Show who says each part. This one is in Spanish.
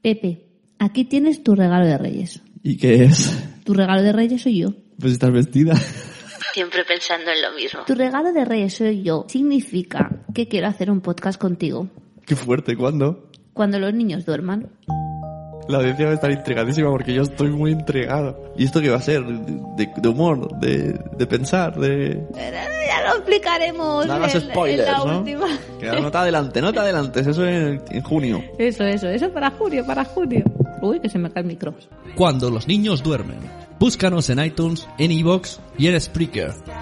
Speaker 1: Pepe, aquí tienes tu regalo de Reyes.
Speaker 2: ¿Y qué es?
Speaker 1: Tu regalo de Reyes soy yo.
Speaker 2: Pues estás vestida.
Speaker 3: Siempre pensando en lo mismo.
Speaker 1: Tu regalo de Reyes soy yo significa que quiero hacer un podcast contigo.
Speaker 2: Qué fuerte, ¿cuándo?
Speaker 1: Cuando los niños duerman.
Speaker 2: La audiencia va a estar intrigadísima porque yo estoy muy intrigado. ¿Y esto qué va a ser? ¿De, de- de humor? ¿De, de pensar? ¿De...?
Speaker 1: Ya lo explicaremos
Speaker 2: No hagas
Speaker 1: en- en
Speaker 2: spoilers,
Speaker 1: la
Speaker 2: ¿no?
Speaker 1: última.
Speaker 2: Queda nota adelante, nota adelante. Eso en, en junio.
Speaker 1: Eso, eso, eso para junio, para junio. Uy, que se me cae el micro.
Speaker 4: Cuando los niños duermen. Búscanos en iTunes, en iVoox y en Spreaker.